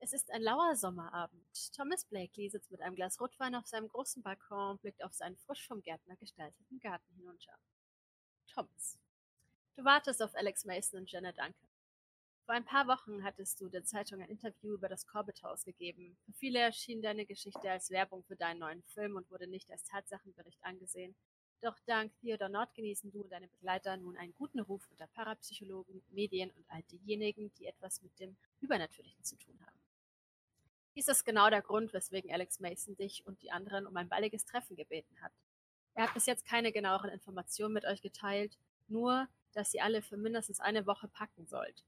Es ist ein lauer Sommerabend. Thomas Blakely sitzt mit einem Glas Rotwein auf seinem großen Balkon und blickt auf seinen frisch vom Gärtner gestalteten Garten hinunter. Thomas. Du wartest auf Alex Mason und Janet Duncan. Vor ein paar Wochen hattest du der Zeitung ein Interview über das Corbett House gegeben. Für viele erschien deine Geschichte als Werbung für deinen neuen Film und wurde nicht als Tatsachenbericht angesehen. Doch dank Theodor Nord genießen du und deine Begleiter nun einen guten Ruf unter Parapsychologen, Medien und all diejenigen, die etwas mit dem Übernatürlichen zu tun haben. Dies ist genau der Grund, weswegen Alex Mason dich und die anderen um ein baldiges Treffen gebeten hat. Er hat bis jetzt keine genaueren Informationen mit euch geteilt, nur, dass ihr alle für mindestens eine Woche packen sollt.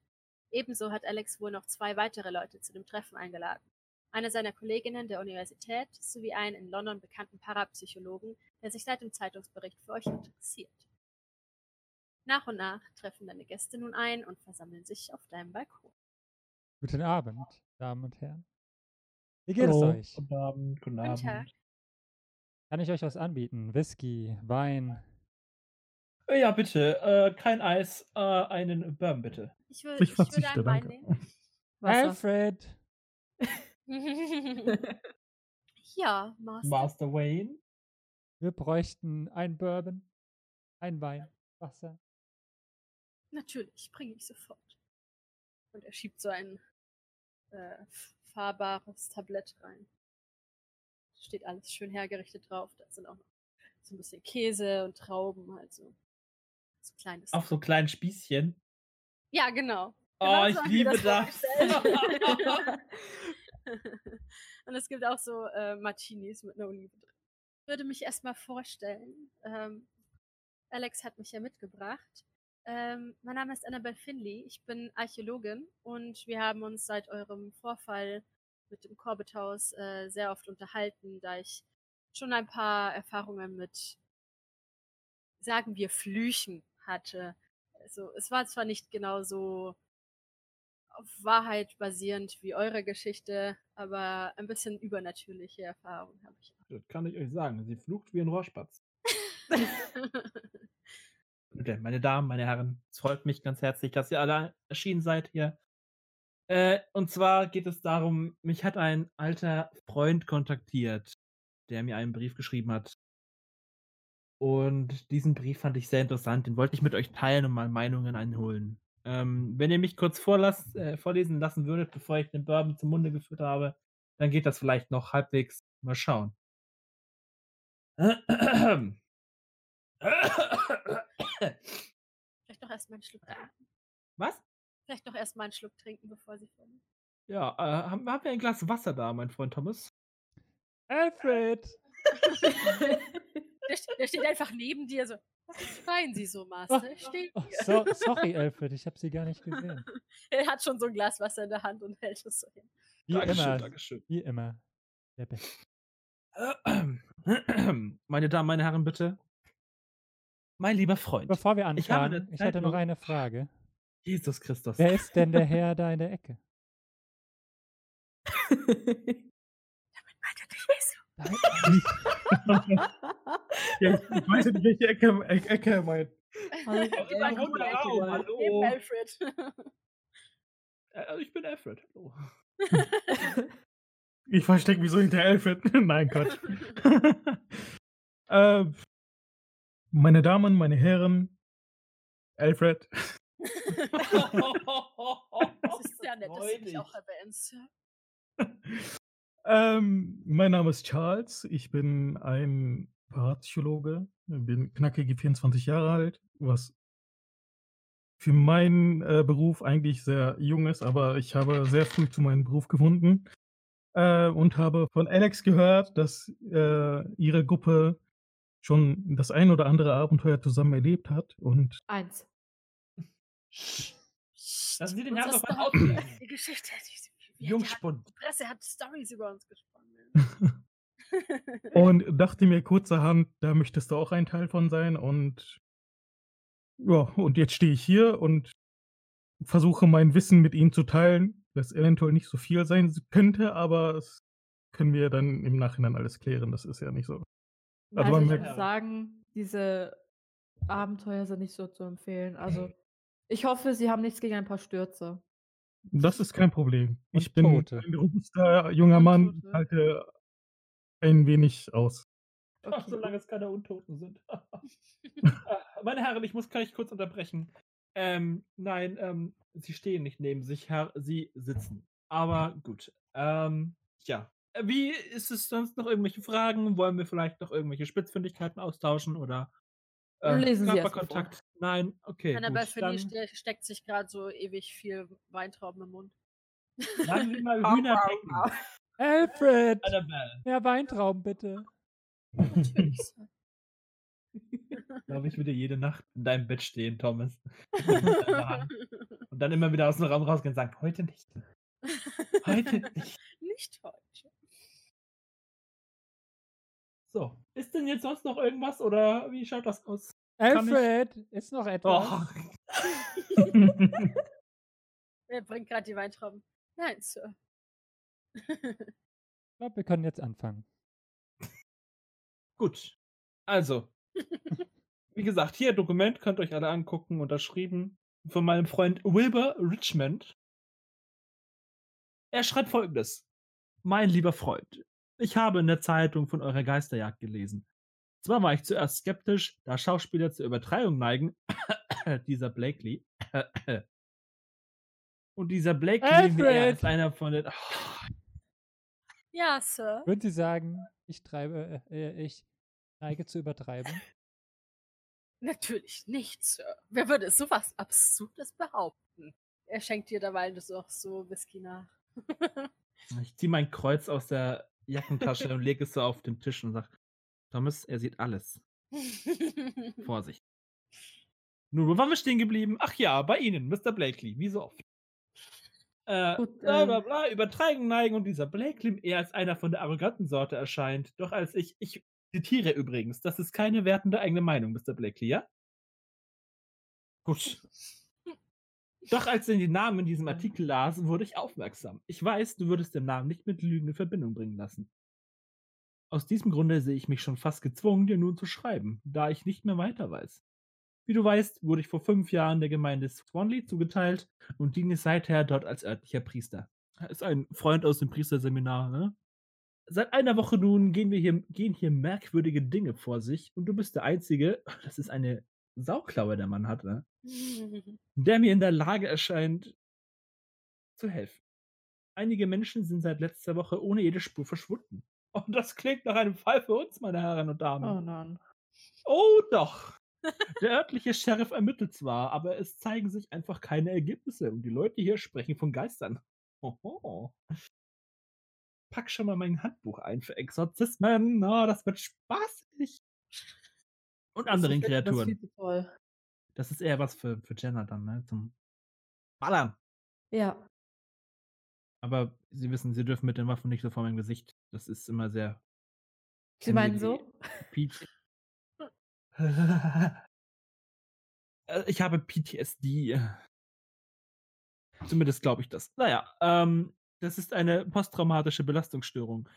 Ebenso hat Alex wohl noch zwei weitere Leute zu dem Treffen eingeladen. Eine seiner Kolleginnen der Universität sowie einen in London bekannten Parapsychologen, der sich seit dem Zeitungsbericht für euch interessiert. Nach und nach treffen deine Gäste nun ein und versammeln sich auf deinem Balkon. Guten Abend, Damen und Herren. Wie geht es euch? Guten Abend, guten Guten Abend. Tag. Kann ich euch was anbieten? Whisky, Wein? Äh, Ja, bitte. Äh, kein Eis, äh, einen Bourbon, bitte. Ich würde Ich ich würd verzichte, einen Wein danke. nehmen. Also, Alfred! ja, Master. Master Wayne. Wir bräuchten ein Bourbon, ein Wein, Wasser. Natürlich, bringe ich sofort. Und er schiebt so ein äh, fahrbares Tablett rein. Steht alles schön hergerichtet drauf. Da sind auch noch so ein bisschen Käse und Trauben, halt so. So kleines. Auf so kleinen Spießchen. Ja, genau. Oh, Genau so ich haben die liebe das. vorgestellt. und es gibt auch so äh, Martinis mit einer Olive drin. Ich würde mich erstmal vorstellen. Ähm, Alex hat mich ja mitgebracht. Ähm, mein Name ist Annabel Finley. Ich bin Archäologin und wir haben uns seit eurem Vorfall mit dem Corbett House äh, sehr oft unterhalten, da ich schon ein paar Erfahrungen mit, sagen wir, Flüchen hatte. Also, es war zwar nicht genau so auf Wahrheit basierend wie eure Geschichte, aber ein bisschen übernatürliche Erfahrung habe ich Das kann ich euch sagen. Sie flucht wie ein Rohrspatz. auch. Denn, Meine Damen, meine Herren, es freut mich ganz herzlich, dass ihr alle erschienen seid hier. Äh, und zwar geht es darum, mich hat ein alter Freund kontaktiert, der mir einen Brief geschrieben hat. Und diesen Brief fand ich sehr interessant, den wollte ich mit euch teilen und mal Meinungen einholen. Ähm, wenn ihr mich kurz vorlasst, äh, vorlesen lassen würdet, bevor ich den Bourbon zum Munde geführt habe, dann geht das vielleicht noch halbwegs. Mal schauen. Vielleicht doch erstmal einen Schluck trinken. Was? Vielleicht doch erstmal einen Schluck trinken, bevor sie kommen. Ja, äh, haben, haben wir ein Glas Wasser da, mein Freund Thomas? Alfred! Der, ste- der steht einfach neben dir so. Was schreien sie so, Master? Ich stehe Oh, hier. so, sorry, Alfred, ich habe sie gar nicht gesehen. Er hat schon so ein Glas Wasser in der Hand und hält es so hin. Wie immer, Dankeschön. wie immer. Der Beste. Meine Damen, meine Herren, bitte. Mein lieber Freund, Bevor wir Ich habe eine anfangen, ich hätte noch Zeitung. eine Frage. Jesus Christus. Wer ist denn der Herr da in der Ecke? Alter, der ist Da hinten. Ja, ich, ich weiß nicht, welche Ecke, Ecke, Ecke er meint. so. Gib mal halt Hallo, Grund, Alter. hallo, Ecke, Neben hallo. Alfred. Äh, Ich bin Alfred. Hallo. Ich verstecke mich so hinter Alfred. Nein, Quatsch. äh, meine Damen, meine Herren, Alfred. Das ist sehr nett, dass sie mich Freudig. auch erwähnen, Sir. Ähm, mein Name ist Charles. Ich bin ein Parapsychologe. Bin knackige 24 Jahre alt, was für meinen äh, Beruf eigentlich sehr jung ist, aber ich habe sehr früh zu meinem Beruf gefunden äh, und habe von Alex gehört, dass äh, ihre Gruppe schon das ein oder andere Abenteuer zusammen erlebt hat und Eins. Lassen Sie den Unsere Herrn doch mal Story- ausreden. Die Geschichte, die, die, die, die, Jungspund. die Presse hat Stories über uns gesponnen. Und dachte mir kurzerhand, da möchtest du auch ein Teil von sein. Und ja, und jetzt stehe ich hier und versuche mein Wissen mit ihm zu teilen, das eventuell nicht so viel sein s- könnte, aber es können wir dann im Nachhinein alles klären. Das ist ja nicht so. Also also man ich merkt- würde sagen, diese Abenteuer sind nicht so zu empfehlen. Also ich hoffe, sie haben nichts gegen ein paar Stürze. Das ist kein Problem. Und ich bin Tote. ein robuster junger Und Mann, Tote. halte ein wenig aus. Ach, solange es keine Untoten sind. Ah, Meine Herren, ich muss gleich kurz unterbrechen. Ähm, nein, ähm, sie stehen nicht neben sich, Herr, sie sitzen. Aber gut. Ähm, ja. Äh, Wie ist es sonst noch irgendwelche Fragen? Wollen wir vielleicht noch irgendwelche Spitzfindigkeiten austauschen oder äh, Lesen Sie erst mal vor. Körperkontakt? Nein, okay. Annabelle gut, Finney dann, ste steckt sich gerade so ewig viel Weintrauben im Mund. dann lieber Hühnerbecken. Alfred! Annabelle, Mehr Weintrauben bitte. Natürlich. Sir. glaube ich, würde jede Nacht in deinem Bett stehen, Thomas. Und dann immer wieder aus dem Raum rausgehen und sagen, heute nicht. Heute nicht. Nicht heute. So. Ist denn jetzt sonst noch irgendwas oder wie schaut das aus? Kann ich- Alfred, ist noch etwas. Oh, Er bringt gerade die Weintrauben. Nein, Sir. Ich glaube, wir können jetzt anfangen. gut. Also. Wie gesagt, hier Dokument könnt ihr euch alle angucken, unterschrieben von meinem Freund Wilbur Richmond. Er schreibt folgendes. Mein lieber Freund, ich habe in der Zeitung von eurer Geisterjagd gelesen. Zwar war ich zuerst skeptisch, da Schauspieler zur Übertreibung neigen, dieser Blakely. Und dieser Blakely er Alfred! ist einer von den. Ja, Sir. Würden Sie sagen, ich treibe, äh, äh, ich neige zu übertreiben? Natürlich nicht, Sir. Wer würde sowas Absurdes behaupten? Er schenkt dir derweil das auch so Whisky nach. Ich ziehe mein Kreuz aus der Jackentasche und lege es so auf den Tisch und sage: Thomas, er sieht alles. Vorsicht. Nun, wo waren wir stehen geblieben? Ach ja, bei Ihnen, Mr. Blakely, wie so oft. Äh, Gut, bla bla ähm. bla, übertreiben neigen und dieser Blakely eher als einer von der arroganten Sorte erscheint. Doch als ich, ich zitiere übrigens, das ist keine wertende eigene Meinung, Mr. Blakely, ja? Gut. Doch als ich den Namen in Hm. diesem Artikel las, wurde ich aufmerksam. Ich weiß, du würdest den Namen nicht mit Lügen in Verbindung bringen lassen. Aus diesem Grunde sehe ich mich schon fast gezwungen, dir nun zu schreiben, da ich nicht mehr weiter weiß. Wie du weißt, wurde ich vor fünf Jahren der Gemeinde Swanley zugeteilt und diene seither dort als örtlicher Priester. Er ist ein Freund aus dem Priesterseminar, ne? Seit einer Woche nun gehen wir hier, gehen hier merkwürdige Dinge vor sich und du bist der Einzige, das ist eine Sauklaue, der Mann hat, ne? der mir in der Lage erscheint, zu helfen. Einige Menschen sind seit letzter Woche ohne jede Spur verschwunden. Und das klingt nach einem Fall für uns, meine Herren und Damen. Oh nein. Oh doch! Der örtliche Sheriff ermittelt zwar, aber es zeigen sich einfach keine Ergebnisse und die Leute hier sprechen von Geistern. Hoho. Pack schon mal mein Handbuch ein für Exorzismen. Oh, das wird spaßig. Und anderen das wird- Das Kreaturen. wird so toll. Das ist eher was für, für Jenna dann, ne? Zum Ballern. Ja. Aber sie wissen, sie dürfen mit den Waffen nicht so vor meinem Gesicht. Das ist immer sehr Sie meinen so? Pete. Äh, ich habe PTSD. Zumindest glaube ich das. Naja, ähm, das ist eine posttraumatische Belastungsstörung.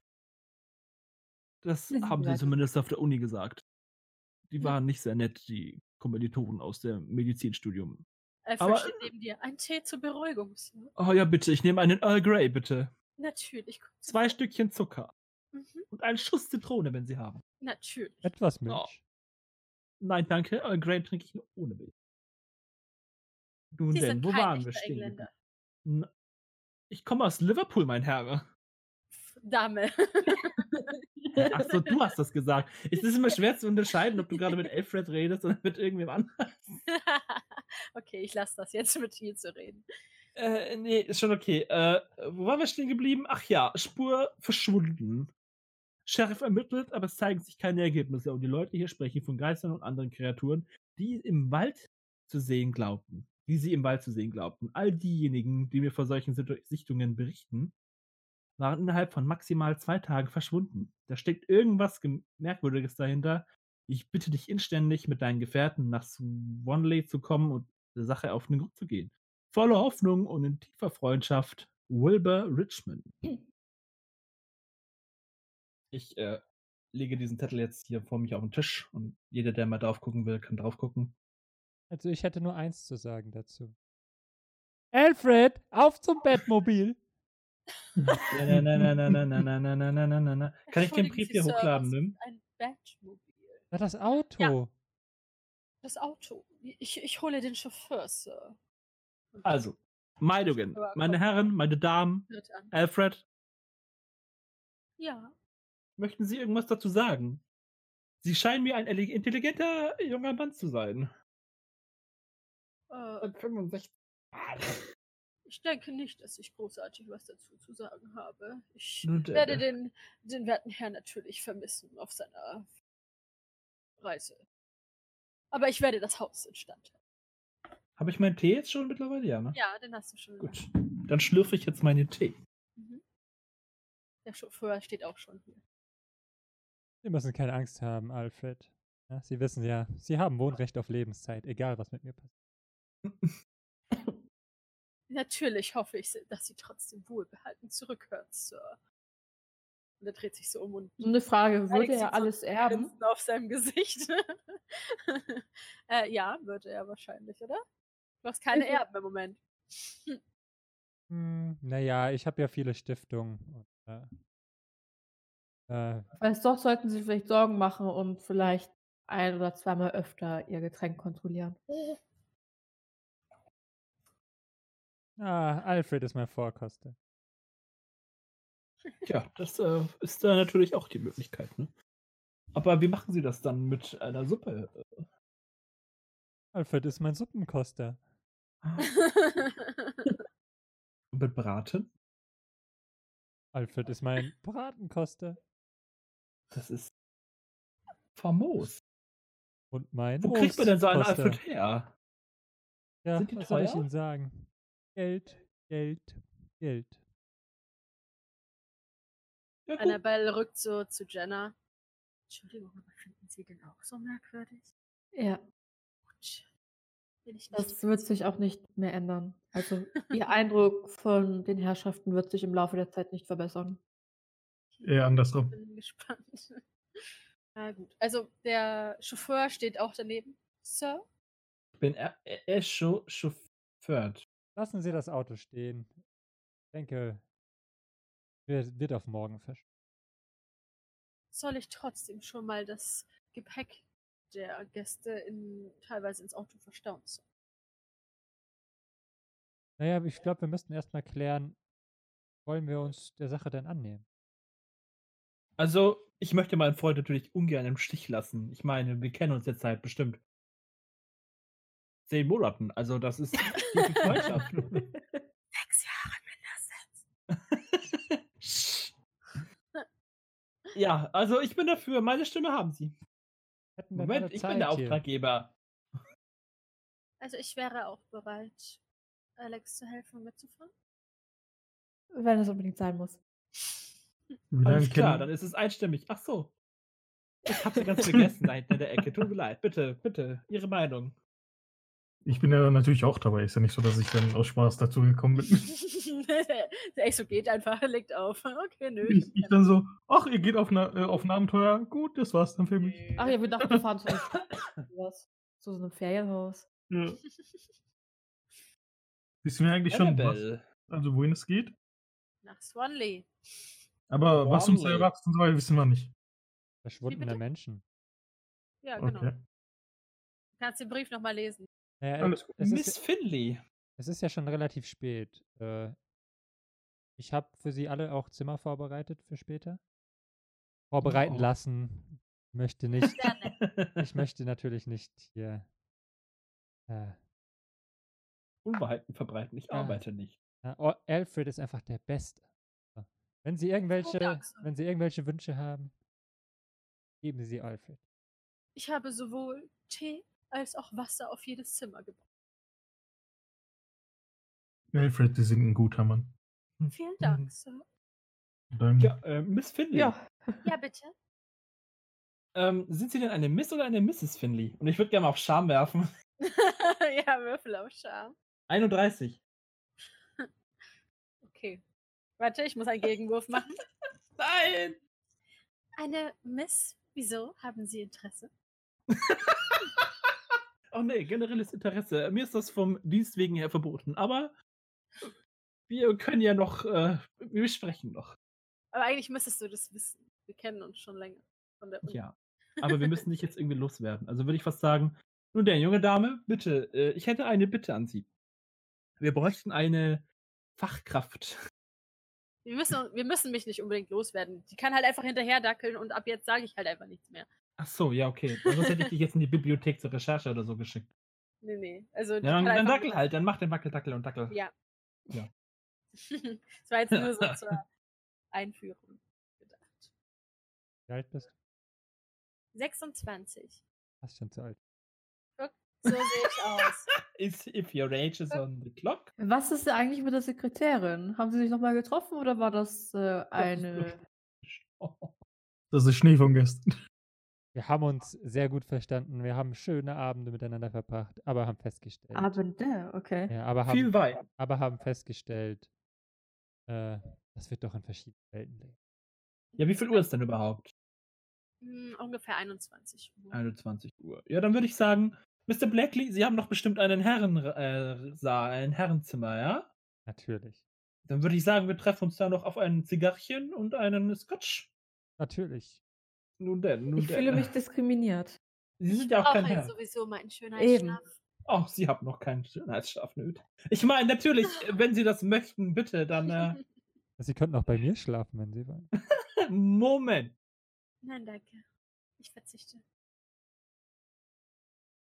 Das Wissen Sie haben sie weiter. zumindest auf der Uni gesagt. Die Ja. waren nicht sehr nett, die Kommilitonen aus dem Medizinstudium. Alfred Aber- steht neben dir. Ein Tee zur Beruhigung, Sir. Oh ja, bitte, ich nehme einen Earl Grey, bitte. Natürlich. kommt Zwei Stückchen Zucker Mhm. und einen Schuss Zitrone, wenn Sie haben. Natürlich. Etwas Milch. Nein, danke. Earl Grey trinke ich nur ohne Milch. Nun Sie denn, sind wo kein waren wir echter stehen? geblieben? Engländer. N- Ich komme aus Liverpool, mein Herr. Pff, Dame. Achso, du hast das gesagt. Es ist immer schwer zu unterscheiden, ob du gerade mit Alfred redest oder mit irgendwem anderem. okay, ich lasse das jetzt mit dir zu reden. Äh, nee, ist schon okay. Äh, wo waren wir stehen geblieben? Ach ja, Spur verschwunden. Sheriff ermittelt, aber es zeigen sich keine Ergebnisse. Und die Leute hier sprechen von Geistern und anderen Kreaturen, die im Wald zu sehen glaubten. Die sie im Wald zu sehen glaubten. All diejenigen, die mir vor solchen Situ Sichtungen berichten, waren innerhalb von maximal zwei Tagen verschwunden. Da steckt irgendwas Gem- Merkwürdiges dahinter. Ich bitte dich inständig, mit deinen Gefährten nach Swanley zu kommen und der Sache auf den Grund zu gehen. Voller Hoffnung und in tiefer Freundschaft, Wilbur Richmond. Ich äh, lege diesen Zettel jetzt hier vor mich auf den Tisch und jeder, der mal drauf gucken will, kann drauf gucken. Also ich hätte nur eins zu sagen dazu. Alfred, auf zum Bettmobil. Na, na, na, na, na, na, na, na, na, na, na, na, na. Kann ich den Entschuldigen Brief Sie, hier Sir, hochladen, was Nim? ist Ein Batmobil. Na, Das Auto. Das Auto. Ich, ich hole den Chauffeur, Sir. Und Also, Meidungen. Aber komm. Meine Herren, meine Damen, hört an. Alfred, Ja. möchten Sie irgendwas dazu sagen? Sie scheinen mir ein ele- intelligenter junger Mann zu sein. Äh, 65. ich denke nicht, dass ich großartig was dazu zu sagen habe. Ich Nun, der- werde der- den, den werten Herrn natürlich vermissen auf seiner Reise. Aber ich werde das Haus instand halten. Habe ich meinen Tee jetzt schon mittlerweile? Ja, ne? Ja, den hast du schon. gemacht. Gut. Dann schlürfe ich jetzt meinen Tee. Der Chauffeur steht auch schon hier. Sie müssen keine Angst haben, Alfred. Ja, Sie wissen ja, Sie haben Wohnrecht auf Lebenszeit, egal was mit mir passiert. Natürlich hoffe ich, dass sie trotzdem wohlbehalten zurückhört, Sir. Und er dreht sich so um und Eine Frage, würde Alex sieht er so alles erben? Grinsen auf seinem Gesicht. äh, ja, würde er wahrscheinlich, oder? Du hast keine Ich wür- Erben im Moment. Hm, naja, ich habe ja viele Stiftungen. Und, äh, äh, Weißt doch, sollten Sie vielleicht Sorgen machen und vielleicht ein oder zweimal öfter Ihr Getränk kontrollieren. ah, Alfred ist mein Vorkoster. Ja, das äh, ist da natürlich auch die Möglichkeit. Ne? Aber wie machen Sie das dann mit einer Suppe? Alfred ist mein Suppenkoster. äh, Mit Braten? Alfred ist mein Bratenkoster. Das ist famos. Und mein Wo kriegt man denn so einen Obstkoster. Alfred her? Ja, Sind die was soll ich teuer? Ihnen sagen? Geld, Geld, Geld. Ja, gut. Annabelle rückt so zu Jenna. Entschuldigung, aber finden Sie den auch so merkwürdig? Ja, Gut. Bin ich nicht das wird sich auch nicht mehr ändern. Also Ihr Eindruck von den Herrschaften wird sich im Laufe der Zeit nicht verbessern. Eher andersrum. bin gespannt. Na gut. Also der Chauffeur steht auch daneben. Sir? Ich bin er, er, er Chau- chauffiert. Lassen Sie das Auto stehen. Ich denke, wird, wird auf morgen verschoben. soll ich trotzdem schon mal das Gepäck der Gäste in, teilweise ins Auto verstauen. So. Naja, ich glaube, wir müssten erstmal klären, wollen wir uns der Sache denn annehmen? Also, ich möchte meinen Freund natürlich ungern im Stich lassen. Ich meine, wir kennen uns jetzt halt bestimmt zehn Monaten. Also, das ist tiefe Freundschaft. Sechs Jahre mindestens. ja, also ich bin dafür. Meine Stimme haben Sie. Hätten wir Moment, keine ich bin der Zeit hier. Auftraggeber. Also ich wäre auch bereit, Alex zu helfen, mitzufahren. Wenn es unbedingt sein muss. Wie lange Alles klar, dann kennen, ist es einstimmig. Ach so. Ich hab's ganz vergessen, da hinten in der Ecke. Tut mir leid. Bitte, bitte, Ihre Meinung. ich bin ja natürlich auch dabei. Ist ja nicht so, dass ich dann aus Spaß dazu gekommen bin. Der echt so geht einfach, legt auf. Okay, nö. Ich, ich dann so, ach, ihr geht auf, na, äh, auf ein Abenteuer. Gut, das war's dann für mich. Ach ja, wir dachten, wir fahren zu, einem was, zu so einem Ferienhaus. Ja. Wissen wir eigentlich schon, was, Annabelle. also wohin es geht? Nach Swanley. Aber was uns da Warmley. erwartet, soll, wissen wir nicht. Verschwundene bitte? Menschen. Ja, genau. Okay. Du kannst den Brief nochmal lesen. Naja, Alles es, Miss ist, Finley. es ist ja schon relativ spät. Äh, ich habe für Sie alle auch Zimmer vorbereitet für später. Vorbereiten Oh. lassen. Möchte nicht. Sehr nett. ich möchte natürlich nicht hier. Äh, Unwahrheiten verbreiten. Ich Ah. arbeite nicht. Ja, Al- Alfred ist einfach der Beste. So. Wenn Sie irgendwelche, sagst du. wenn Sie irgendwelche Wünsche haben, geben Sie sie Alfred. Ich habe sowohl Tee als auch Wasser auf jedes Zimmer gebracht. Alfred, Sie sind ein guter Mann. Vielen Dank, Sir. Dann, Ja, äh, Miss Finley. Ja, Ja, bitte. Ähm, sind Sie denn eine Miss oder eine Mrs. Finley? Und ich würde gerne mal auf Scham werfen. ja, Würfel auf Charme. 31. Okay. Warte, ich muss einen Gegenwurf machen. Nein! Eine Miss, wieso haben Sie Interesse? Oh nee, generelles Interesse. Mir ist das vom Dienst wegen her verboten. Aber Wir können ja noch, äh, wir sprechen noch. Aber eigentlich müsstest du das wissen. Wir kennen uns schon länger. Von der Uni. Ja. Aber wir müssen dich jetzt irgendwie loswerden. Also würde ich fast sagen, nun der junge Dame, bitte, äh, ich hätte eine Bitte an Sie. Wir bräuchten eine Fachkraft. Wir, müssen, wir müssen mich nicht unbedingt loswerden. Die kann halt einfach hinterher dackeln und ab jetzt sage ich halt einfach nichts mehr. Ach so, ja, okay. Sonst hätte ich dich jetzt in die Bibliothek zur Recherche oder so geschickt. Nee, nee. Also, die Ja, dann, kann dann einfach- dackel halt, dann mach den Wackel, Dackel und Dackel. Ja. Ja. das war jetzt nur so zur Einführung gedacht. Wie alt bist du? 26. Hast schon zu alt. So sehe ich aus. Is, if your age is on the clock. Was ist denn eigentlich mit der Sekretärin? Haben sie sich nochmal getroffen oder war das äh, eine. Das ist Schnee von gestern. Wir haben uns sehr gut verstanden. Wir haben schöne Abende miteinander verbracht, aber haben festgestellt. Abende, okay. ja, aber, Viel haben, Wein. aber haben festgestellt, äh, das wird doch in verschiedenen Welten leben. Ja, wie viel Uhr ist denn überhaupt? Hm, ungefähr 21 Uhr. Also, 21 Uhr. Ja, dann würde ich sagen, Mr. Blackley, Sie haben doch bestimmt einen Herrensaal, äh, Saal, ein Herrenzimmer, ja? Natürlich. Dann würde ich sagen, wir treffen uns da noch auf ein Zigarrchen und einen Scotch. Natürlich. Nun denn, nun Ich denn. fühle mich diskriminiert. Sie sind ja auch Brauche kein jetzt Herr. sowieso meinen Schönheitsschlaf. Oh, Sie haben noch keinen Schönheitsschlaf nötig. Ich meine, natürlich, äh, wenn Sie das möchten, bitte, dann. Äh, Sie könnten auch bei mir schlafen, wenn Sie wollen. Moment. Nein, danke. Ich verzichte.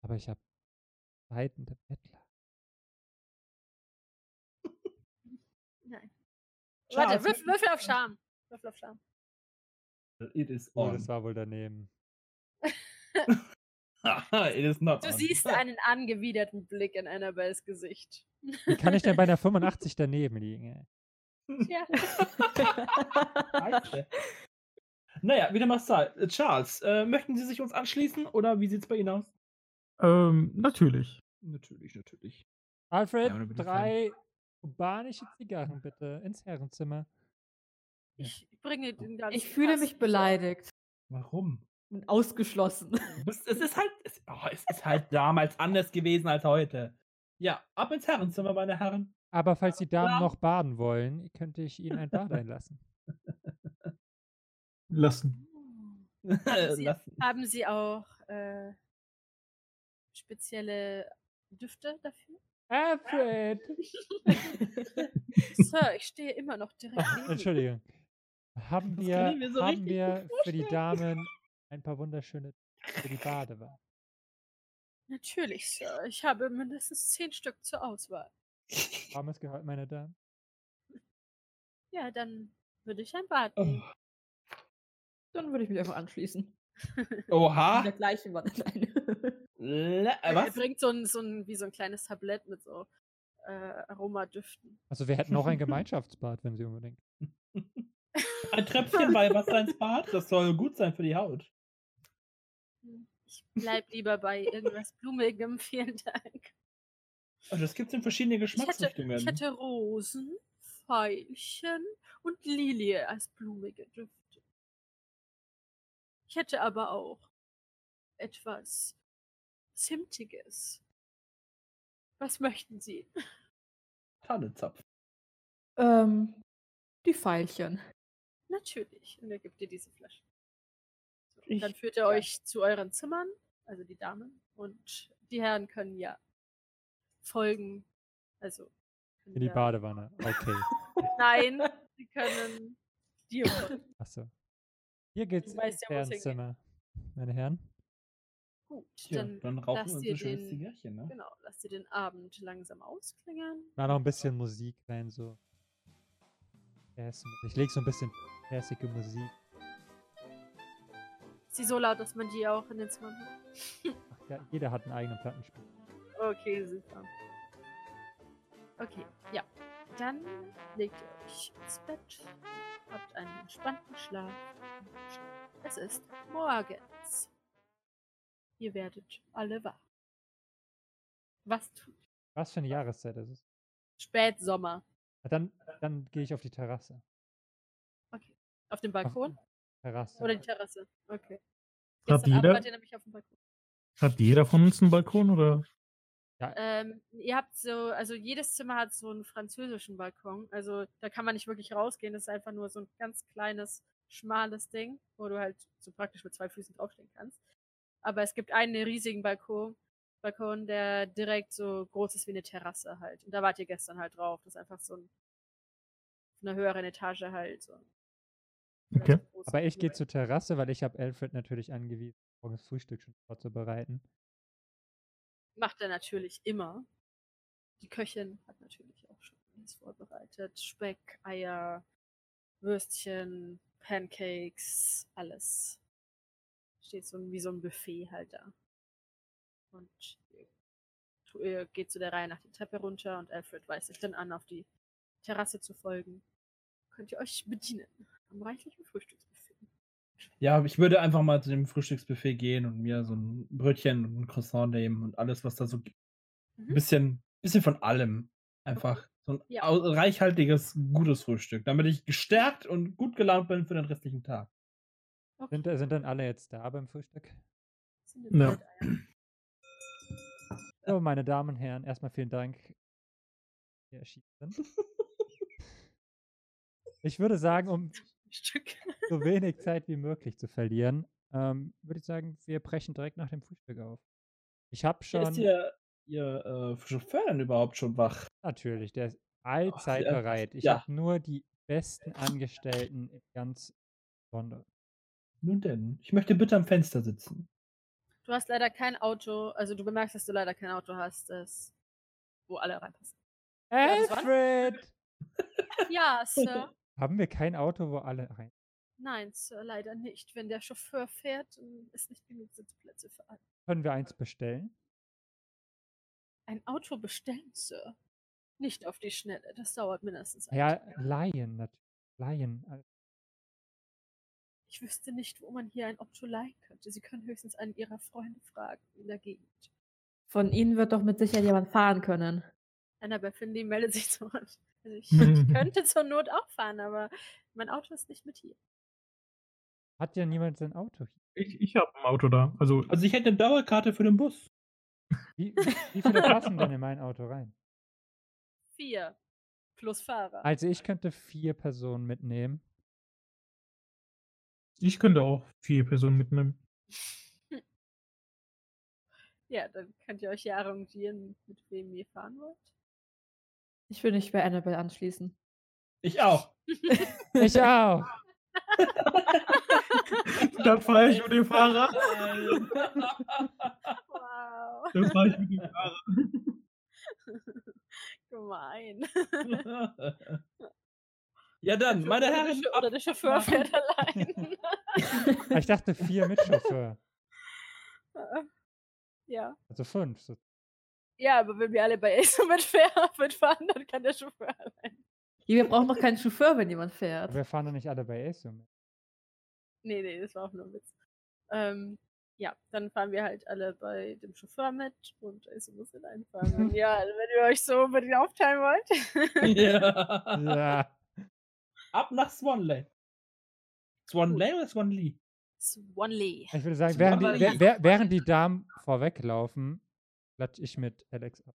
Aber ich habe leidende Bettler. Nein. Charles, Warte, würfel, würfel auf Scham. Würfel auf Scham. It is Oh, on. das war wohl daneben. Haha, It is not Du on. siehst einen angewiderten Blick in Annabels Gesicht. Wie kann ich denn bei einer 85 daneben liegen? Ey? Ja. Scheiße. Naja, wieder mal Style. Äh, Charles, äh, möchten Sie sich uns anschließen oder wie sieht es bei Ihnen aus? Ähm, natürlich. Natürlich, natürlich. Alfred, aber dann bitte drei kubanische Zigarren bitte ins Herrenzimmer. Ich bringe den ganzen Ich fühle mich beleidigt Warum? und ausgeschlossen. Es, es ist halt, es, oh, es ist halt damals anders gewesen als heute. Ja, ab ins Herrenzimmer, meine Herren. Aber falls die Damen klar. noch baden wollen, könnte ich ihnen ein Bad einlassen. Lassen. Haben Sie, Lassen. haben Sie auch äh, spezielle Düfte dafür? Alfred! Sir, ich stehe immer noch direkt neben Ihnen. Entschuldigung. Haben Das wir, kann ich mir so haben richtig gut wir für die Damen ein paar wunderschöne für die Badewanne? Natürlich, Sir. Ich habe mindestens zehn Stück zur Auswahl. Haben es gehört, meine Damen? Ja, dann würde ich ein Bad Oh. nehmen. Dann würde ich mich einfach anschließen. In Oha. der gleichen Wanne. Nein. Le- äh, Er- Er Was? bringt so ein, so ein, wie so ein kleines Tablett mit so äh, Aromadüften. Also wir hätten auch ein Gemeinschaftsbad, wenn Sie unbedingt. Ein Tröpfchen bei Wasser ins Bad? Das soll gut sein für die Haut. Ich bleib lieber bei irgendwas Blumigem, vielen Dank. Und Also, das gibt's in verschiedene Ich hätte, Geschmacksrichtungen. ich hätte Rosen, Veilchen und Lilie als blumige Düfte. Ich hätte aber auch etwas Zimtiges. Was möchten Sie? Tannenzapf. ähm, die Pfeilchen. Natürlich. Und er gibt dir diese Flasche. So, Ich- und dann führt er euch zu euren Zimmern, also die Damen. Und die Herren können ja folgen. Also. können In die ja- Badewanne. Okay. Nein, sie können dir folgen. Achso. Hier geht's Du weißt ins ja, wo es hingeht. Herrenzimmer. Meine Herren. Gut, Tja, dann, dann rauchen lass wir dir unser schönes den- Zigarrchen, ne? genau, lasst ihr den Abend langsam ausklingen. Da noch ein bisschen Musik rein, so. Jazz- Ich leg so ein bisschen klassische Musik. Ist sie so laut, dass man die auch in den Zimmern hört? Ach, ja, jeder hat einen eigenen Plattenspieler. Okay, super. Okay, ja. Dann legt ihr euch ins Bett, habt einen entspannten Schlaf. Es ist morgens. Ihr werdet alle wach. Was tut? Was für eine Jahreszeit ist es? Spätsommer. Ah, Dann, dann gehe ich auf die Terrasse. Auf dem Auf Balkon? Terrasse. Oder die Terrasse? Okay. Hat Gestern Abend jeder- wart ihr nämlich auf dem Balkon. Hat jeder von uns einen Balkon oder? Ja. Ähm, ihr habt so, also jedes Zimmer hat so einen französischen Balkon. Also da kann man nicht wirklich rausgehen. Das ist einfach nur so ein ganz kleines, schmales Ding, wo du halt so praktisch mit zwei Füßen draufstehen kannst. Aber es gibt einen riesigen Balkon, Balkon, der direkt so groß ist wie eine Terrasse halt. Und da wart ihr gestern halt drauf. Das ist einfach so ein, von einer höheren Etage halt. So ein Okay. relativ großer Aber ich gehe Flur. zur Terrasse, weil ich habe Alfred natürlich angewiesen, morgens Frühstück schon vorzubereiten. Macht er natürlich immer. Die Köchin hat natürlich auch schon alles vorbereitet. Speck, Eier, Würstchen, Pancakes, alles. Steht so ein- wie so ein Buffet halt da. Und ihr tu- ihr geht zu der Reihe nach die Treppe runter und Alfred weist sich dann an, auf die Terrasse zu folgen. Könnt ihr euch bedienen am reichlichen Frühstücksbuffet. Ja, aber ich würde einfach mal zu dem Frühstücksbuffet gehen und mir so ein Brötchen und ein Croissant nehmen und alles, was da so gibt. Ein Mhm. bisschen, bisschen von allem. Einfach so ein Ja. au- reichhaltiges, gutes Frühstück, damit ich gestärkt und gut gelaunt bin für den restlichen Tag. Okay. Sind, sind dann alle jetzt da beim Frühstück? sind Ja. jetzt halt Eier. So, meine Damen und Herren, erstmal vielen Dank. dass Sie erschienen sind. Ich würde sagen, um Ein Stück. so wenig Zeit wie möglich zu verlieren, ähm, würde ich sagen, wir brechen direkt nach dem Frühstück auf. Ich habe Ja, schon, Ist ihr, ihr äh, Chauffeur denn überhaupt schon wach? natürlich, der ist allzeit ja, bereit. Ich ja. habe nur die besten Angestellten in ganz London. Nun denn, ich möchte bitte am Fenster sitzen. Du hast leider kein Auto, also du bemerkst, dass du leider kein Auto hast, das, wo alle reinpassen. Ja, das war- Alfred! Ja, Sir. Haben wir kein Auto, wo alle rein? Nein, Sir, leider nicht. Wenn der Chauffeur fährt, ähm, ist nicht genug Sitzplätze für alle. Können wir eins bestellen? Ein Auto bestellen, Sir. Nicht auf die Schnelle, das dauert mindestens einen Ja, Tag. Laien natürlich. Laien. also- Ich wüsste nicht, wo man hier ein Auto leihen könnte. Sie können höchstens einen ihrer Freunde fragen in der Gegend. Von ihnen wird doch mit Sicherheit jemand fahren können. Annabelle Finley meldet sich zurück. Also ich, ich könnte zur Not auch fahren, aber mein Auto ist nicht mit hier. Hat ja niemand sein Auto hier. Ich, ich habe ein Auto da. Also, Also ich hätte eine Dauerkarte für den Bus. Wie, wie viele passen denn in mein Auto rein? Vier. Plus Fahrer. Also ich könnte vier Personen mitnehmen. ich könnte auch vier Personen mitnehmen. Hm. Ja, dann könnt ihr euch ja arrangieren, mit wem ihr fahren wollt. Ich will nicht bei Annabelle anschließen. Ich auch. Ich auch. Dann fahre ich mit dem Fahrer. Wow, Dann fahre ich mit dem Fahrer. gemein. ja dann, meine Herren, ab Oder der Chauffeur fährt allein. Ah, Ich dachte vier mit Chauffeur. ja. Also fünf. So. ja, ja, aber wenn wir alle bei Ace mitfahren, mitfahren, dann kann der Chauffeur allein. Ja, Wir brauchen doch keinen Chauffeur, wenn jemand fährt. Wir fahren doch nicht alle bei Ace mit. Nee, nee, das war auch nur ein Witz. Ähm, ja, dann fahren wir halt alle bei dem Chauffeur mit und Ace muss allein fahren. Und ja, also wenn ihr euch so mit ihm aufteilen wollt. Ja. Ja. Ab nach Swanley. Swanley oder Swanley? Swanley. Ich würde sagen, Zu während die, Barbarie. wer- wer- während die Damen vorweglaufen, klatsch ich mit Alex ab.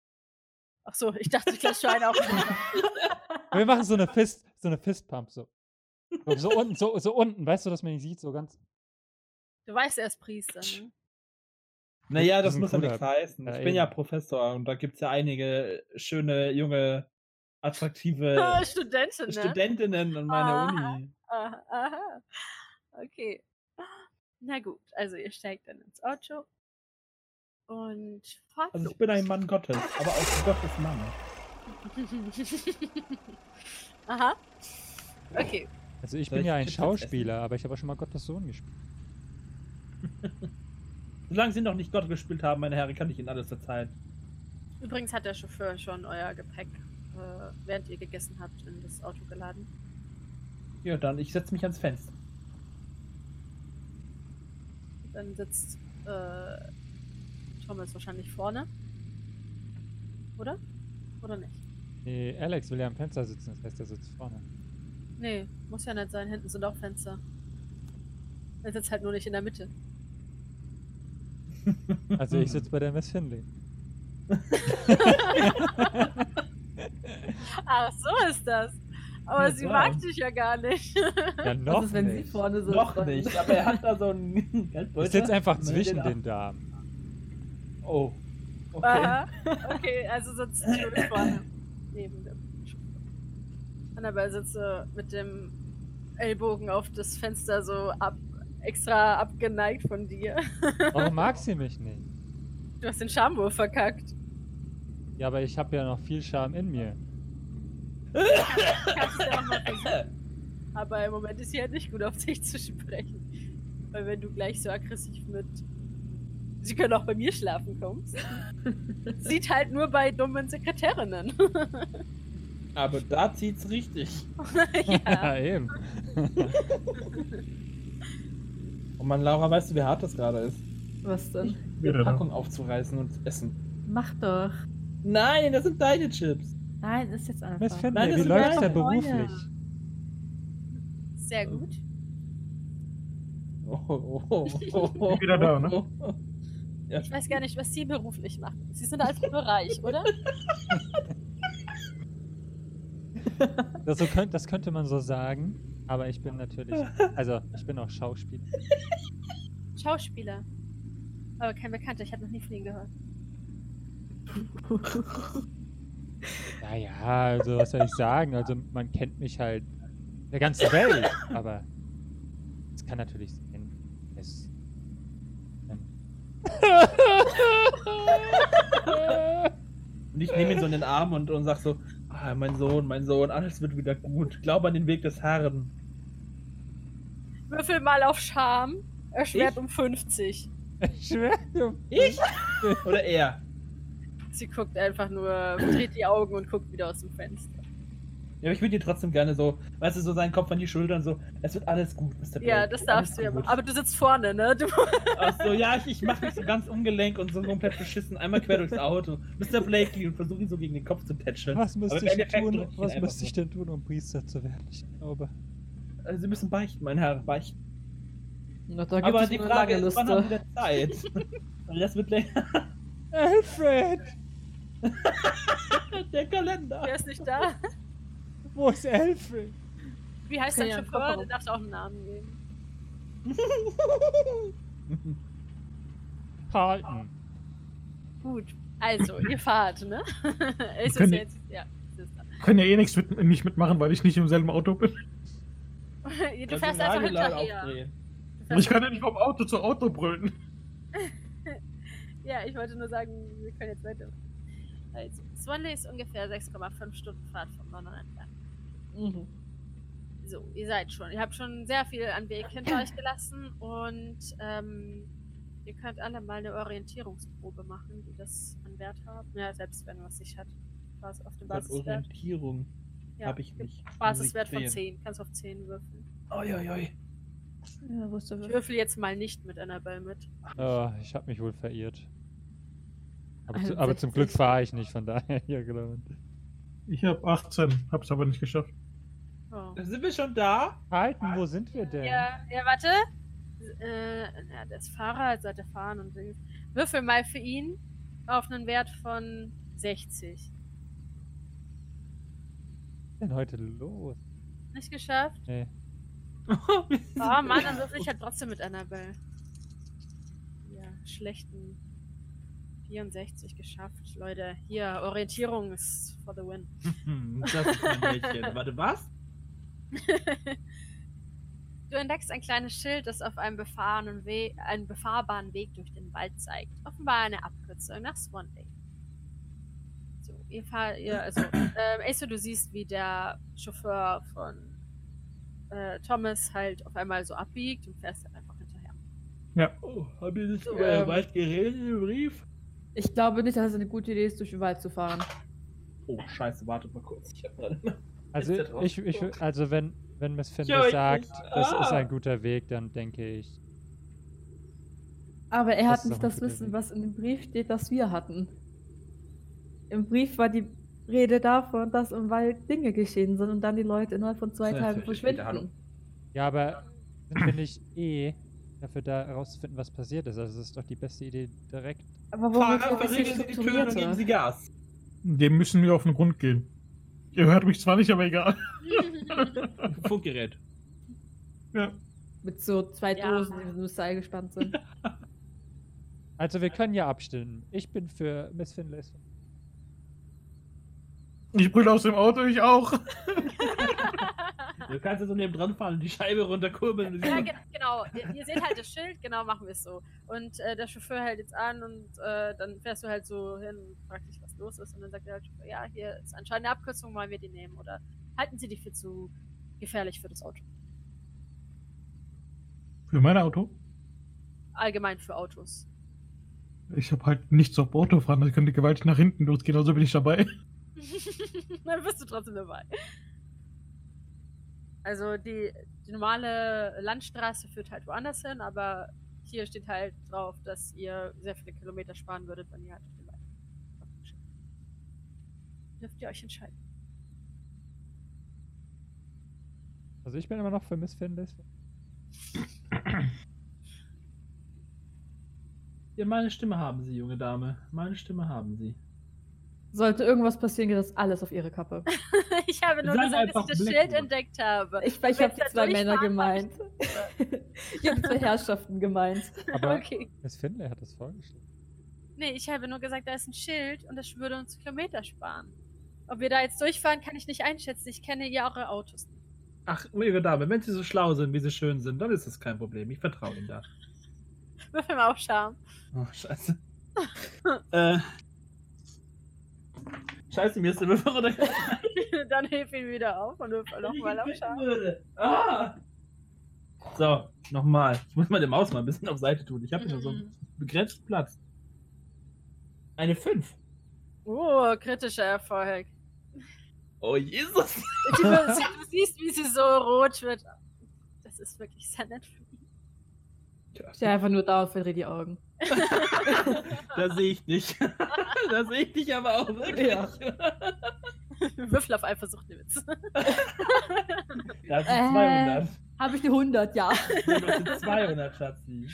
Ach so, ich dachte, ich klatsche einen auf. Wir machen so eine Fist, so eine Fistpump so. So, so unten, so, so unten, weißt du, dass man ihn sieht, so ganz. Du weißt, er ist Priester, ne? Naja, das ist ein muss ja cooler- nichts heißen. ja, Ich bin ja eben. Professor und da gibt es ja einige äh, schöne, junge, attraktive Ah, Studentin, ne? Studentinnen an meiner Ah. Uni. Aha, aha. Okay. Na gut, also ihr steigt dann ins Auto und fahrt Also ich los. bin ein Mann Gottes, aber auch Gottes Mann. Aha. Okay. Also ich Soll bin ich ja ein Chips jetzt essen? Schauspieler, aber ich habe auch schon mal Gottes Sohn gespielt. Solange sie noch nicht Gott gespielt haben, meine Herren, kann ich ihnen alles verzeihen. Übrigens hat der Chauffeur schon euer Gepäck, äh, während ihr gegessen habt, in das Auto geladen. Ja, dann, ich setze mich ans Fenster. Dann sitzt äh, Thomas wahrscheinlich vorne. Oder? Oder nicht? Nee, Alex will ja am Fenster sitzen, das heißt, er sitzt vorne. Nee, muss ja nicht sein. Hinten sind auch Fenster. Er sitzt halt nur nicht in der Mitte. Also ich sitze bei der Miss Finley. Ach, Ah, so ist das. Aber Ja, sie klar. mag dich ja gar nicht. Ja, noch Was ist, wenn nicht. sie vorne so Noch dran- nicht, aber er hat da so einen. ist jetzt einfach Moment, zwischen den den Damen. Oh. Ah. Okay. Aha. Okay, also sitzt Judith vorne neben dem Annabelle sitzt so mit dem Ellbogen auf das Fenster so ab, extra abgeneigt von dir. Warum mag sie mich nicht? Du hast den Schamwurf verkackt. Ja, aber ich habe ja noch viel Charme in mir. Kannst du ja auch mal versuchen. Aber im Moment ist sie halt nicht gut auf dich zu sprechen. Weil wenn du gleich so aggressiv mit Sie können auch bei mir schlafen kommst. Sieht halt nur bei dummen Sekretärinnen. Aber da zieht's richtig. ja. eben. Und man, Laura, weißt du, wie hart das gerade ist? Was denn? Die Wieder da. Packung aufzureißen und zu essen. Mach doch. Nein, das sind deine Chips. Nein, ist jetzt einfach. Miss Fender, Nein, das wie sind läuft's meine denn beruflich? Sehr gut. Oh, oh, oh, oh, oh, Wieder da, ne? oh. Ich weiß gar nicht, was Sie beruflich machen. Sie sind als Bereich, oder? Das, so könnt, das könnte man so sagen, aber ich bin natürlich, also ich bin auch Schauspieler. Schauspieler. Aber kein Bekannter, ich habe noch nie von Ihnen gehört. Naja, also was soll ich sagen? Also man kennt mich halt in der ganzen Welt, aber es kann natürlich sein, es. Und ich nehme ihn so in den Arm und, und sag so, ah, mein Sohn, mein Sohn, alles wird wieder gut. Glaube an den Weg des Herrn. Würfel mal auf Charme. Erschwert Ich? um 50. Ich schwör dir. Ich? Oder er? Sie guckt einfach nur, dreht die Augen und guckt wieder aus dem Fenster. Ja, aber ich würde dir trotzdem gerne so, weißt du, so seinen Kopf an die Schultern, so, es wird alles gut, Ja, Mr. Blake, das alles darfst du ja gut. machen. Aber du sitzt vorne, ne? Du, Ach so, ja, ich, ich mache mich so ganz ungelenk und so komplett beschissen, einmal quer durchs Auto. Mr. Blakely und versuche ihn so gegen den Kopf zu tätscheln. Was müsste im ich, Endeffekt tun, drück ich ihn was einfach müsste so. ich denn tun, um Priester zu werden? Ich glaube. Äh, Sie müssen beichten, mein Herr, beichten. Na, da gibt Aber es die eine Frage lange ist, wann Liste. haben wir Zeit? Weil das wird länger, Alfred! der Kalender. der ist nicht da. Wo ist Alfred? Wie heißt Okay, dein ja, Chauffeur? komm, Der komm. darf auch einen Namen geben. Carlton. Gut. Also, ihr fahrt, ne? es ist können- jetzt. Ja, es ist da. Können ja eh nichts mit, nicht mitmachen, weil ich nicht im selben Auto bin. Du fährst einfach hinterher. Du fährst Ich kann ja nicht vom Auto zu Auto brüllen. Ja, ich wollte nur sagen, wir können jetzt weiter. Also, Swanley ist ungefähr 6,5 Stunden Fahrt von London entfernt. Mhm. So, ihr seid schon. Ihr habt schon sehr viel an Weg hinter euch gelassen und ähm, ihr könnt alle mal eine Orientierungsprobe machen, die das an Wert haben. Ja, selbst wenn was sich hat. Bas auf dem Das Basiswert. Orientierung Ja, habe ich nicht. Basiswert von Muss ich 10. Kannst auf 10 würfeln. Oi, oi, oi. Ja, wusste Ich ich. würfel jetzt mal nicht mit Annabelle mit. Oh, ich habe mich wohl verirrt. Aber, zu, aber 61. zum Glück fahre ich nicht, von daher, ja, genau. Ich habe 18, hab's aber nicht geschafft. Oh. Da sind wir schon da? Carlton, wo sind wir denn? Ja, ja, warte. Äh, ja, der ist Fahrer, jetzt sollte er fahren und Dings. Würfel mal für ihn auf einen Wert von 60. Was ist denn heute los? Nicht geschafft? Nee. Oh Mann, dann würfel ich halt trotzdem mit Annabelle. Ja, schlechten 64 geschafft. Leute, hier, Orientierung ist for the win. Hm, das ist mein Mädchen. Warte, was? Du entdeckst ein kleines Schild, das auf einem, befahrenen We einen befahrbaren Weg durch den Wald zeigt. Offenbar eine Abkürzung nach Swan Lake. So, ihr fahrt, ihr, also, ähm, Ace, du siehst, wie der Chauffeur von äh, Thomas halt auf einmal so abbiegt und fährst halt einfach hinterher. Oh, hab ich nicht So, über ähm, weit geredet im Brief? Ich glaube nicht, dass es eine gute Idee ist, durch den Wald zu fahren. Oh, scheiße, wartet mal kurz. Ich hab gerade. Also, Ist der drauf? ich, ich, wür- also wenn, wenn Miss Ja, Fender ich- sagt, das ist Ah. ein guter Weg, dann denke ich, Aber er Das hat ist nicht auch ein das guter Wissen, Weg. was in dem Brief steht, das wir hatten. Im Brief war die Rede davon, dass im Wald Dinge geschehen sind und dann die Leute innerhalb von zwei Das ist Tagen natürlich wieder Hallo. verschwinden. ja, aber sind wir nicht eh dafür da, herauszufinden, was passiert ist? Also, das ist doch die beste Idee, direkt Aber womit Fahrer, wir ein bisschen verriegeln Sie die Türen und geben strukturierter. Sie Gas. Dem müssen wir auf den Grund gehen. Ihr hört mich zwar nicht, aber egal. Funkgerät. Ja. Mit so zwei Ja. Dosen, die mit einem Seil gespannt sind. Also wir können ja abstimmen. Ich bin für Miss Finlayson. Ich brülle aus dem Auto, ich auch. Du kannst jetzt so neben dran fahren und die Scheibe runterkurbeln. Und Ja, ge genau. Ihr, ihr seht halt das Schild, genau, machen wir es so. Und äh, der Chauffeur hält jetzt an und äh, dann fährst du halt so hin und fragst dich, was los ist. Und dann sagt der Chauffeur, ja, hier ist anscheinend eine Abkürzung, wollen wir die nehmen? Oder halten Sie die für zu gefährlich für das Auto? Für mein Auto? Allgemein für Autos. Ich habe halt nichts auf Autofahren, das könnte gewaltig nach hinten losgehen, also bin ich dabei. dann bist du trotzdem dabei. Also die, die normale Landstraße führt halt woanders hin, aber hier steht halt drauf, dass ihr sehr viele Kilometer sparen würdet, wenn ihr halt auf den Wald. Dürft ihr euch entscheiden. Also ich bin immer noch für Miss Finlayson. ja, meine Stimme haben Sie, junge Dame. Meine Stimme haben Sie. Sollte irgendwas passieren, geht das alles auf ihre Kappe. ich habe nur Sei gesagt, dass einfach ich das Blackwood. Schild entdeckt habe. Ich, ich habe Wenn's die da zwei Männer durchfahren, gemeint. mach ich habe zwei Herrschaften gemeint. Aber Okay. Miss Finlay hat das vorgeschlagen. Nee, ich habe nur gesagt, da ist ein Schild und das würde uns Kilometer sparen. Ob wir da jetzt durchfahren, kann ich nicht einschätzen. Ich kenne ja eure Autos nicht. Ach, junge Dame, wenn Sie so schlau sind, wie Sie schön sind, dann ist das kein Problem. Ich vertraue Ihnen da. Würfel mal auf Charme. Oh, scheiße. äh. Scheiße, mir ist der Würfel runtergefallen. Dann heb ihn wieder auf und würfel nochmal auf Schaden. Ah! So, nochmal. Ich muss meine Maus mal ein bisschen auf Seite tun. Ich habe nur so einen begrenzten Platz. Eine 5. Oh, kritischer Erfolg. Oh, Jesus! Du, du siehst, wie sie so rot wird. Das ist wirklich sehr nett von ihm. Ich stehe einfach nur da und verdrehe die Augen. Da sehe ich dich. da sehe ich dich aber auch wirklich. Ja. Würfel auf Eifersucht, ne Witz. Das sind Äh. 200. Habe ich eine 100, ja. Nee, Das sind 200, Schatzi.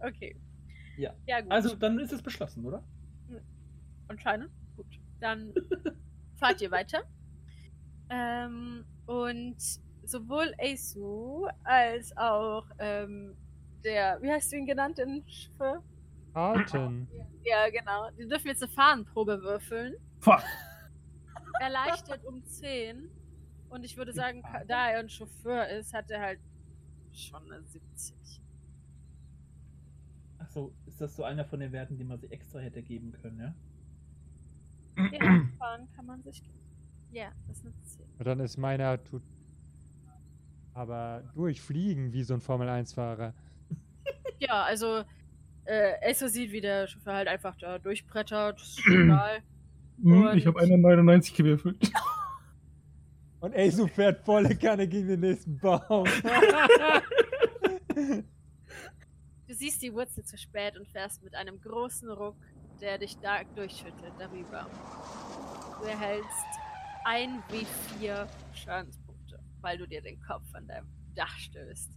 Okay. Ja. Ja, gut. Also, dann ist es beschlossen, oder? Anscheinend. Gut. Dann fahrt ihr weiter. Ähm, und sowohl Aesu als auch ähm, der, wie hast du ihn genannt, den Schiffe? Carlton. Ja, genau. Die dürfen jetzt eine Fahrenprobe würfeln. Fuck. Erleichtert um 10. Und ich würde sagen, ka- da er ein Chauffeur ist, hat er halt schon eine 70. Achso, ist das so einer von den Werten, die man sich extra hätte geben können, ja? Ja, fahren kann man sich geben. Ja, das ist eine 10. Und dann ist meiner tut aber durchfliegen wie so ein Formel 1-Fahrer. Ja, also, äh, Acer sieht, wie der Chauffeur halt einfach da durchbrettert. Ist egal. Hm, Und- ich habe eine 99 gewürfelt. Und Asu fährt volle Kanne gegen den nächsten Baum. Du siehst die Wurzel zu spät und fährst mit einem großen Ruck, der dich stark durchschüttelt, darüber. Du erhältst ein wie vier Schadenspunkte, weil du dir den Kopf an deinem Dach stößt.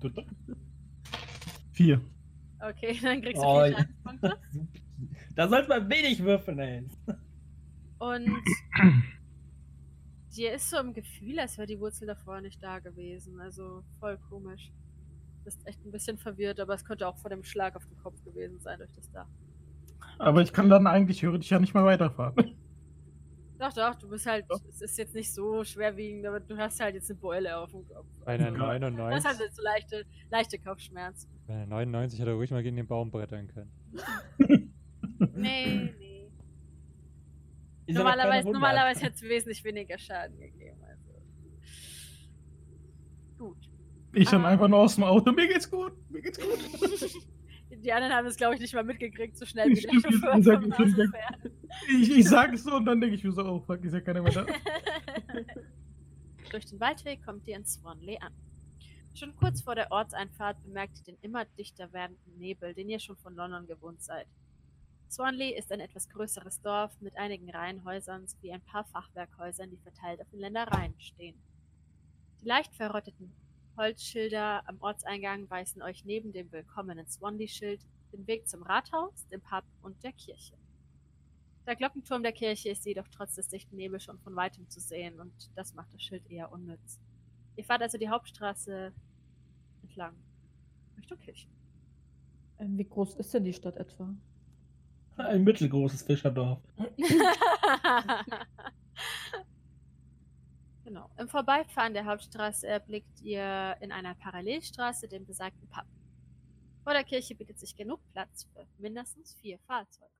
Tut- Vier. Okay, dann kriegst du Oh, vier ja. Schadenspunkte. Da sollte man wenig würfeln, ey. Und dir ist so im Gefühl, als wäre die Wurzel davor nicht da gewesen. Also voll komisch. Du bist echt ein bisschen verwirrt, aber es könnte auch vor dem Schlag auf den Kopf gewesen sein durch das Dach. Aber ich kann dann eigentlich theoretisch ja nicht mehr weiterfahren. Doch, doch, du bist halt, es ist jetzt nicht so schwerwiegend, aber du hast halt jetzt eine Beule auf dem Kopf. Bei einer Also, Das hat 99, jetzt so leichte, leichte Kopfschmerzen. bei einer 99 hätte er ruhig mal gegen den Baum brettern können. Nee, nee. Ist aber keine normalerweise 100. normalerweise hätte es wesentlich weniger Schaden gegeben. Also. Gut. Ich dann Ah. einfach nur aus dem Auto. Mir geht's gut. Mir geht's gut. Die anderen haben es, glaube ich, nicht mal mitgekriegt, so schnell wie der Stimmt, Chauffeur die vom sagen Haus schon, fährt. Ich, ich sage es so und dann denke ich mir so, oh fuck, ist ja keiner mehr da. Durch den Waldweg kommt ihr in Swanley an. Schon kurz vor der Ortseinfahrt bemerkt ihr den immer dichter werdenden Nebel, den ihr schon von London gewohnt seid. Swanley ist ein etwas größeres Dorf mit einigen Reihenhäusern sowie ein paar Fachwerkhäusern, die verteilt auf den Ländereien stehen. Die leicht verrotteten Holzschilder am Ortseingang weisen euch neben dem willkommenen Swanley-Schild den Weg zum Rathaus, dem Pub und der Kirche. Der Glockenturm der Kirche ist jedoch trotz des dichten Nebels schon von weitem zu sehen und das macht das Schild eher unnütz. Ihr fahrt also die Hauptstraße entlang Richtung Kirche. Ähm, Wie groß ist denn die Stadt etwa? Ein mittelgroßes Fischerdorf. genau. Im Vorbeifahren der Hauptstraße erblickt ihr in einer Parallelstraße den besagten Pub. Vor der Kirche bietet sich genug Platz für mindestens vier Fahrzeuge.